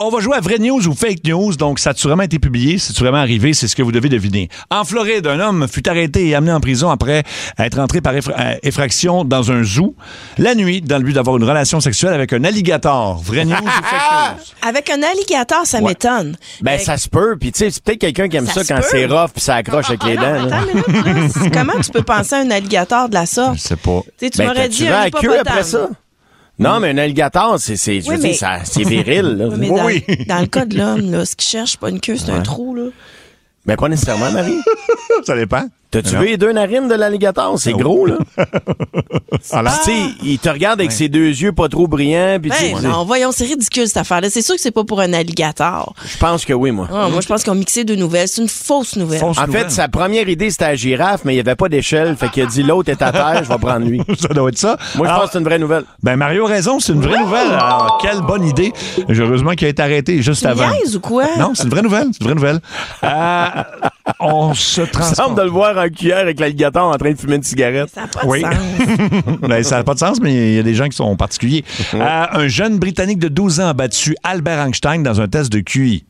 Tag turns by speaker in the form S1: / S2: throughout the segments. S1: On va jouer à vraie news ou fake news, donc ça a sûrement été publié, c'est sûrement arrivé, c'est ce que vous devez deviner. En Floride, un homme fut arrêté et amené en prison après être entré par effra- euh, effraction dans un zoo la nuit dans le but d'avoir une relation sexuelle avec un alligator. Vraie news ou fake news?
S2: Avec un alligator, ça m'étonne.
S3: Ben,
S2: Euh,
S3: ça se peut. Puis, tu sais, c'est peut-être quelqu'un qui aime ça,
S2: Ça se
S3: quand
S2: peut. Ah,
S3: c'est rough puis ça accroche avec les dents. là.
S2: Attends une minute, là. C'est- Comment tu peux penser à un alligator de la sorte?
S1: Je sais pas.
S2: Tu sais, tu
S3: Ben,
S2: m'aurais
S3: t'as-tu
S2: dit hein,
S3: vu
S2: un
S3: à queue
S2: hippopotame.
S3: après ça? Non, mais un alligator, c'est, c'est, je
S2: Oui,
S3: veux
S2: mais-
S3: dire, ça- c'est viril. Là.
S2: Oui,
S3: mais...
S2: mais dans,
S1: Oui.
S2: dans le cas de l'homme, là, ce qu'il cherche, c'est pas une queue, c'est un trou. Là.
S3: pas nécessairement, Marie.
S1: Ça dépend.
S3: T'as-tu vu les deux narines de l'alligator? C'est gros, là.
S1: Ah là.
S3: Puis, tu sais, il te regarde avec ses deux yeux pas trop brillants. Puis, tu sais,
S2: Ben, non, voyons, c'est ridicule cette affaire-là. C'est sûr que c'est pas pour un alligator.
S3: je pense que oui, moi.
S2: Ah, moi, je pense qu'on mixé deux nouvelles. C'est une fausse nouvelle.
S1: Fausse
S3: Ah, En
S1: nouvelle.
S3: fait, sa première idée, c'était la girafe, mais il n'y avait pas d'échelle. Fait qu'il a dit, l'autre est à terre, je vais prendre lui.
S1: ça doit être ça.
S3: Moi, je
S1: Alors,
S3: pense que c'est une vraie nouvelle.
S1: Ben Mario a raison, c'est une vraie nouvelle. Alors, quelle bonne idée. Heureusement qu'il a été arrêté juste
S2: Tu
S1: avant.
S2: niaises ou quoi?
S1: Non, c'est une vraie nouvelle. C'est une vraie nouvelle. Euh, on se
S3: Il semble
S1: transforme.
S3: de le voir en cuillère avec l'alligator en train de fumer une cigarette.
S2: Ça n'a pas de
S1: Oui.
S2: sens.
S1: Ben, ça n'a pas de sens, mais il y a des gens qui sont particuliers. Euh, un jeune Britannique de 12 ans a battu Albert Einstein dans un test de QI.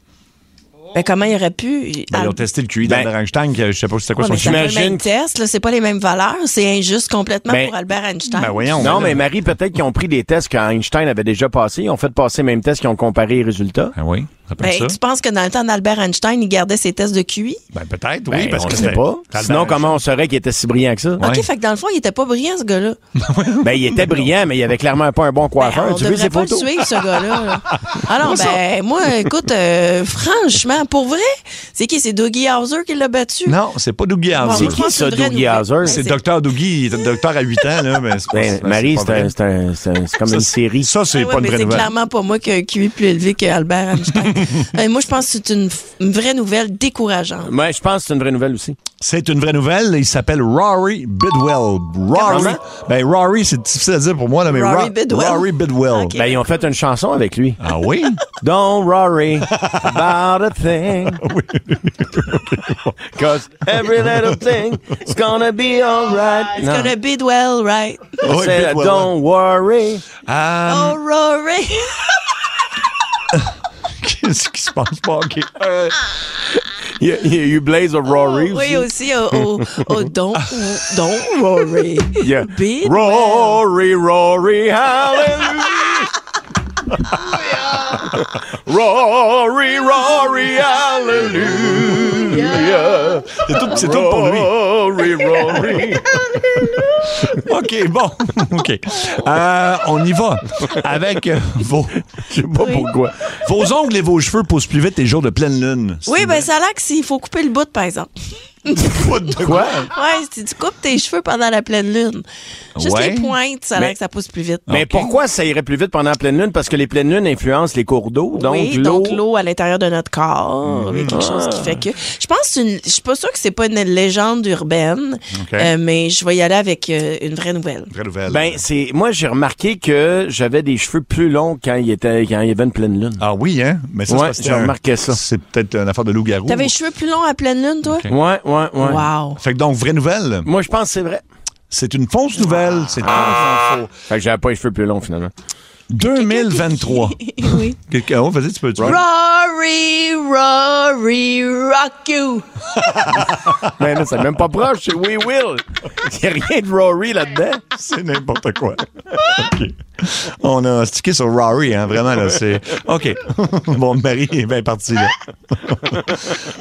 S2: Ben, comment il aurait pu? ah,
S1: Ben, ils ont
S2: Al-
S1: testé le QI
S3: Ben,
S1: d'Albert Einstein. que Je sais pas c'était quoi
S2: Ouais,
S1: son
S2: mais c'est pas le
S3: j'imagine
S2: même test, là, c'est pas les mêmes valeurs, c'est injuste complètement
S3: Ben,
S2: pour Albert Einstein.
S1: Ben voyons.
S3: Non, mais
S1: là.
S3: Marie, peut-être qu'ils ont pris des tests qu'Einstein avait déjà passés. Ils ont fait passer les mêmes tests qu'ils ont comparé les résultats.
S1: Ben oui, ça peut
S2: Ben,
S1: être ça.
S2: tu penses que dans le temps d'Albert Einstein, il gardait ses tests de QI?
S1: Ben peut-être,
S3: Ben,
S1: oui, parce
S3: on
S1: que
S3: le sait
S1: c'était-
S3: pas.
S1: Albert
S3: Sinon,
S1: Einstein.
S3: comment on saurait qu'il était si brillant que ça?
S1: Ouais.
S2: OK, fait que dans le fond, il était pas brillant, ce gars-là.
S3: Ben, il était brillant, mais il avait clairement pas un bon
S2: Ben,
S3: coiffeur.
S2: on
S3: tu veux
S2: devrait
S3: ses
S2: pas
S3: photos?
S2: le suivre, ce gars-là. là. Alors, ben, moi, écoute, euh, franchement, pour vrai, c'est qui? C'est Dougie Hauser qui l'a battu?
S1: Non, c'est pas Dougie
S2: Bon,
S1: Hauser.
S2: moi, je pense que
S3: ça,
S2: une vraie
S3: Dougie
S2: nouvelle.
S3: Hauser?
S2: Ben,
S1: C'est Docteur Dougie, il était docteur à 8 ans, là, mais c'est pas-
S3: Ben,
S1: c'est-
S3: Marie,
S1: c'est pas
S3: c'est
S1: vrai.
S3: un- c'est un- c'est un- c'est comme une série.
S1: Ça, c'est
S2: Ah ouais,
S1: pas une
S2: mais
S1: vraie
S2: c'est
S1: nouvelle.
S2: clairement pas moi qui ai un QI plus élevé qu'Albert Einstein. Euh, moi, je pense que c'est une, f- une vraie nouvelle décourageante.
S3: Ouais, Ben, je pense que c'est une vraie nouvelle aussi.
S1: C'est une vraie nouvelle. Il s'appelle Rory Bidwell. Rory.
S2: Comment?
S1: Ben, Rory, c'est difficile à dire pour moi, là, mais
S2: Rory
S1: Ro-
S2: Bidwell.
S1: Rory Bidwell.
S2: Ok.
S3: Ben, ils ont fait une chanson avec lui.
S1: Ah oui?
S3: Don't worry about a thing. Cause every little thing is gonna be alright.
S2: It's gonna be well, right?
S1: Oui,
S3: Say,
S1: Bidwell.
S3: don't worry.
S1: Ah,
S2: Oh, Rory!
S1: qu'est-ce qui se passe pas? OK. Euh,
S3: You, you- you blaze a Rory.
S2: Oui,
S3: aussi.
S2: aussi, au, au, au don, au- don Rory.
S3: Yeah.
S2: Be well.
S3: Rory, Rory, hallelujah.
S2: Oh,
S3: Rory, Rory, hallelujah.
S1: c'est tout, c'est tout pour lui.
S3: Rory, Rory.
S1: OK, bon. OK. Euh, on y va. Avec euh, vos,
S3: Je sais pas pourquoi.
S1: vos ongles et vos cheveux poussent plus vite les jours de pleine lune.
S2: Oui, ben ça a l'air que s'il faut couper le bout, par exemple.
S1: What de
S3: Quoi?
S2: Ouais, si tu coupes tes cheveux pendant la pleine lune. Juste
S1: Ouais.
S2: les pointes, ça a l'air
S3: Mais-
S2: que ça pousse plus vite.
S3: Mais pourquoi ça irait plus vite pendant la pleine lune? Parce que les pleines lunes influencent les cours d'eau. Donc,
S2: oui,
S3: l'eau.
S2: donc l'eau à l'intérieur de notre corps, il y a quelque chose qui fait que. Je pense, que c'est une- je suis pas sûre que c'est pas une légende urbaine,
S1: OK.
S2: euh, mais je vais y aller avec euh, une vraie nouvelle.
S1: Vraie nouvelle.
S3: Ben, c'est, moi, j'ai remarqué que j'avais des cheveux plus longs quand il était, quand il y avait une pleine lune.
S1: ah oui, hein? Mais ça, c'est
S3: Ouais,
S1: parce que
S3: j'ai
S1: c'est un-
S3: remarqué ça.
S1: C'est peut-être une affaire de loup-garou.
S2: T'avais les cheveux plus longs à pleine lune, toi?
S3: Ouais, ouais, ouais.
S2: Wow.
S1: Fait que donc, vraie nouvelle.
S3: Moi, je pense que c'est vrai.
S1: C'est une fausse nouvelle. C'est
S3: Ah.
S1: une fausse
S3: Fait que j'avais pas les cheveux plus longs, finalement.
S1: 2023.
S2: oui.
S1: Quelqu'un- Oh, vas-y, tu peux. Tu peux.
S2: Rory, Rory, rock you.
S3: Mais là, c'est même pas proche, c'est We Will. Il a rien de Rory là-dedans.
S1: C'est n'importe quoi. OK. On a stické sur Rory, hein, vraiment, là. C'est. OK. bon, Marie est bien partie, là.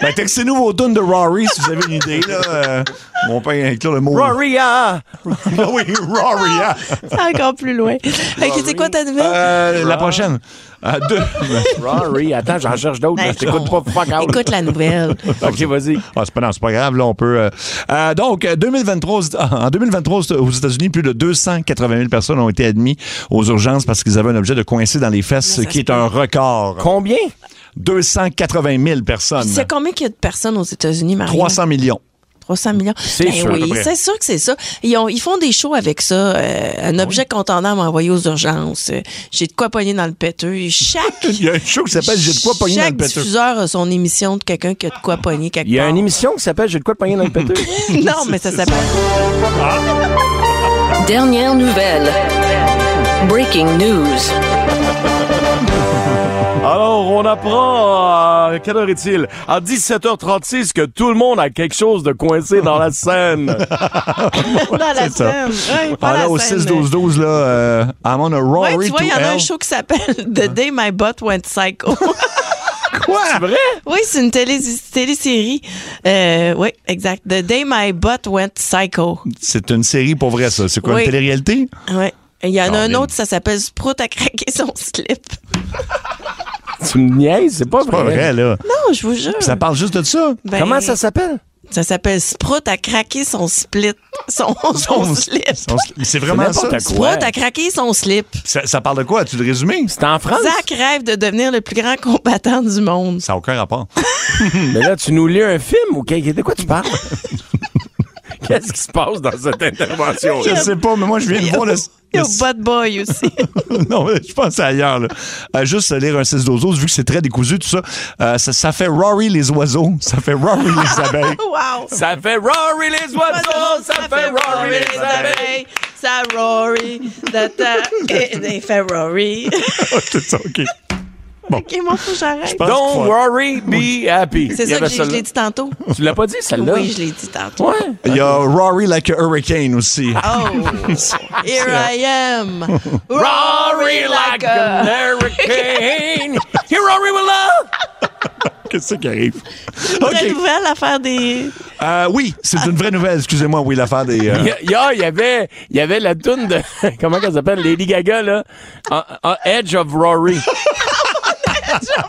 S1: ben, textez-nous vos tunes de Rory si vous avez une idée, là. Euh, on peut inclure le mot.
S3: Rory, ah!
S1: Ah oui, Rory, hein.
S2: C'est encore plus loin. Fait que c'est quoi ta nouvelle?
S1: Euh, la prochaine. Euh, deux.
S3: Rory, attends, j'en cherche d'autres. là. Je t'écoute pas, fuck out.
S2: Ben, Écoute la nouvelle.
S3: Ok, vas-y.
S1: Ah, c'est pas, non, c'est pas grave, là, on peut. euh, euh, donc, euh, 2023, aux- en 2023, aux- aux États-Unis, plus de 280 000 personnes ont été admises aux urgences parce qu'ils avaient un objet de coincé dans les fesses, ce qui est un record.
S3: Combien?
S1: 280 000 personnes.
S2: C'est combien qu'il y a de personnes aux États-Unis, Marie?
S1: 300 millions.
S2: 300
S1: Mm.
S2: millions.
S3: C'est
S2: Ben
S3: sûr, à
S2: oui,
S3: peu près.
S2: c'est sûr que c'est ça. Ils, ont- ils font des shows avec ça. euh, un objet contendant à m'envoyer aux urgences. Euh, J'ai de quoi pogner dans le péteux. Et Chaque.
S1: Il y a un show qui s'appelle Ben, J'ai de quoi pogner dans le
S2: Chaque
S1: péteux.
S2: diffuseur a son émission de quelqu'un qui a de quoi pogner quelque
S3: Il y a
S2: part.
S3: une émission qui s'appelle J'ai de quoi de pogner dans le péteux.
S2: non, mais ça s'appelle.
S4: Dernière nouvelle. Breaking news.
S3: Alors, on apprend à... Quelle heure est-il? À 17h36 que tout le monde a quelque chose de coincé dans la scène.
S2: Dans la
S1: c'est ça.
S2: scène. Ouais, pas
S1: Ah, là,
S2: la
S1: au
S2: scène,
S1: 6-12-12, là, euh, I'm on a
S2: mais-
S1: Rory
S2: Ouais, tu vois,
S1: to
S2: il y en a un
S1: hell.
S2: show qui s'appelle The Day My Butt Went Psycho.
S1: Quoi?
S3: Vrai?
S2: oui, c'est une télé télésérie. Euh, oui, exact. The Day My Butt Went Psycho.
S1: C'est une série pour vrai, ça. C'est quoi,
S2: Oui.
S1: une télé-réalité?
S2: Ouais. Il y en a un
S1: Caroline.
S2: autre, ça s'appelle Sprout a craqué son slip.
S3: Tu me niaises? C'est pas vrai.
S1: Pas vrai, là.
S2: Non, je vous jure.
S1: Ça parle juste de ça.
S2: Ben,
S3: Comment ça s'appelle?
S2: Ça s'appelle Sprout a craqué son split. Son, son slip.
S1: On s- C'est vraiment ça.
S3: n'importe
S2: Sprout a craqué son slip.
S1: ça. ça parle de quoi? Tu le résumé?
S3: Oh, C'est en France?
S2: Zach rêve de devenir le plus grand combattant du monde.
S1: Ça n'a aucun rapport.
S3: Mais là, tu nous lis un film ou quel- de quoi tu parles? Qu'est-ce qui se passe dans cette intervention?
S1: Je sais pas, mais moi, je viens de voir le...
S2: Il y a
S1: le-
S2: Bad Boy aussi.
S1: non, mais je pense à ailleurs. Là. À juste lire un 6 12 vu que c'est très décousu, tout ça, euh, ça, ça fait Rory les oiseaux, ça fait Rory les abeilles.
S2: wow!
S3: Ça fait Rory les oiseaux, ça fait Rory les abeilles.
S2: Ça Rory, da ta, et des Ferrari.
S1: tout ça, OK.
S2: ok, mon fou, j'arrête.
S1: pense-
S3: Don't worry, be happy.
S2: C'est
S3: Il y
S2: ça que
S3: avait
S2: j'ai- je l'ai
S3: celle-là.
S2: dit tantôt.
S3: Tu l'as pas dit, celle-là?
S2: Oui, je l'ai dit tantôt.
S3: Ouais.
S1: Il y a Rory like a hurricane aussi.
S2: Oh, here I am.
S3: Rory like an hurricane. Here Rory will love.
S1: Qu'est-ce qui arrive?
S2: Très
S1: OK.
S2: nouvelle affaire des.
S1: Euh, oui, c'est une vraie nouvelle. Excusez-moi, oui, l'affaire des... euh,
S3: Il y a- il y, a- il y avait, il y avait la toune de, comment qu'elle s'appelle, Lady Gaga, là? Ah, ah, Edge of Rory.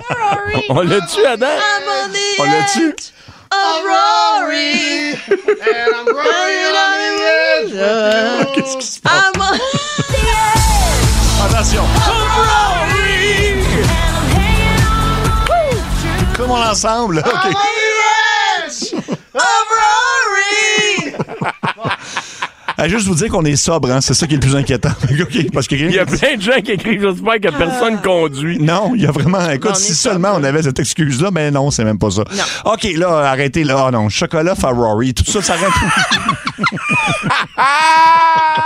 S2: Rory!
S3: On l'a tué, Adam?
S2: I'm on the
S1: On l'a tué?
S2: edge of Rory! And I'm on the edge of-
S1: Qu'est-ce qui se passe?
S2: I'm on the edge
S1: Attention!
S2: of Rory!
S1: Tout le monde ensemble, là, OK. Euh, juste vous dire qu'on est sobre, hein, c'est ça qui est le plus inquiétant. OK, parce que...
S3: Il y a plein de gens qui écrivent, j'espère que
S2: Ah.
S3: personne conduit.
S1: Non, il y a vraiment. Écoute,
S2: on est
S1: si
S2: sobre.
S1: seulement on avait cette excuse-là, ben non, c'est même pas ça.
S2: Non.
S1: OK, là, arrêtez là. Ah non, chocolat Ferrari, tout ça, ça arrête.
S3: Ah!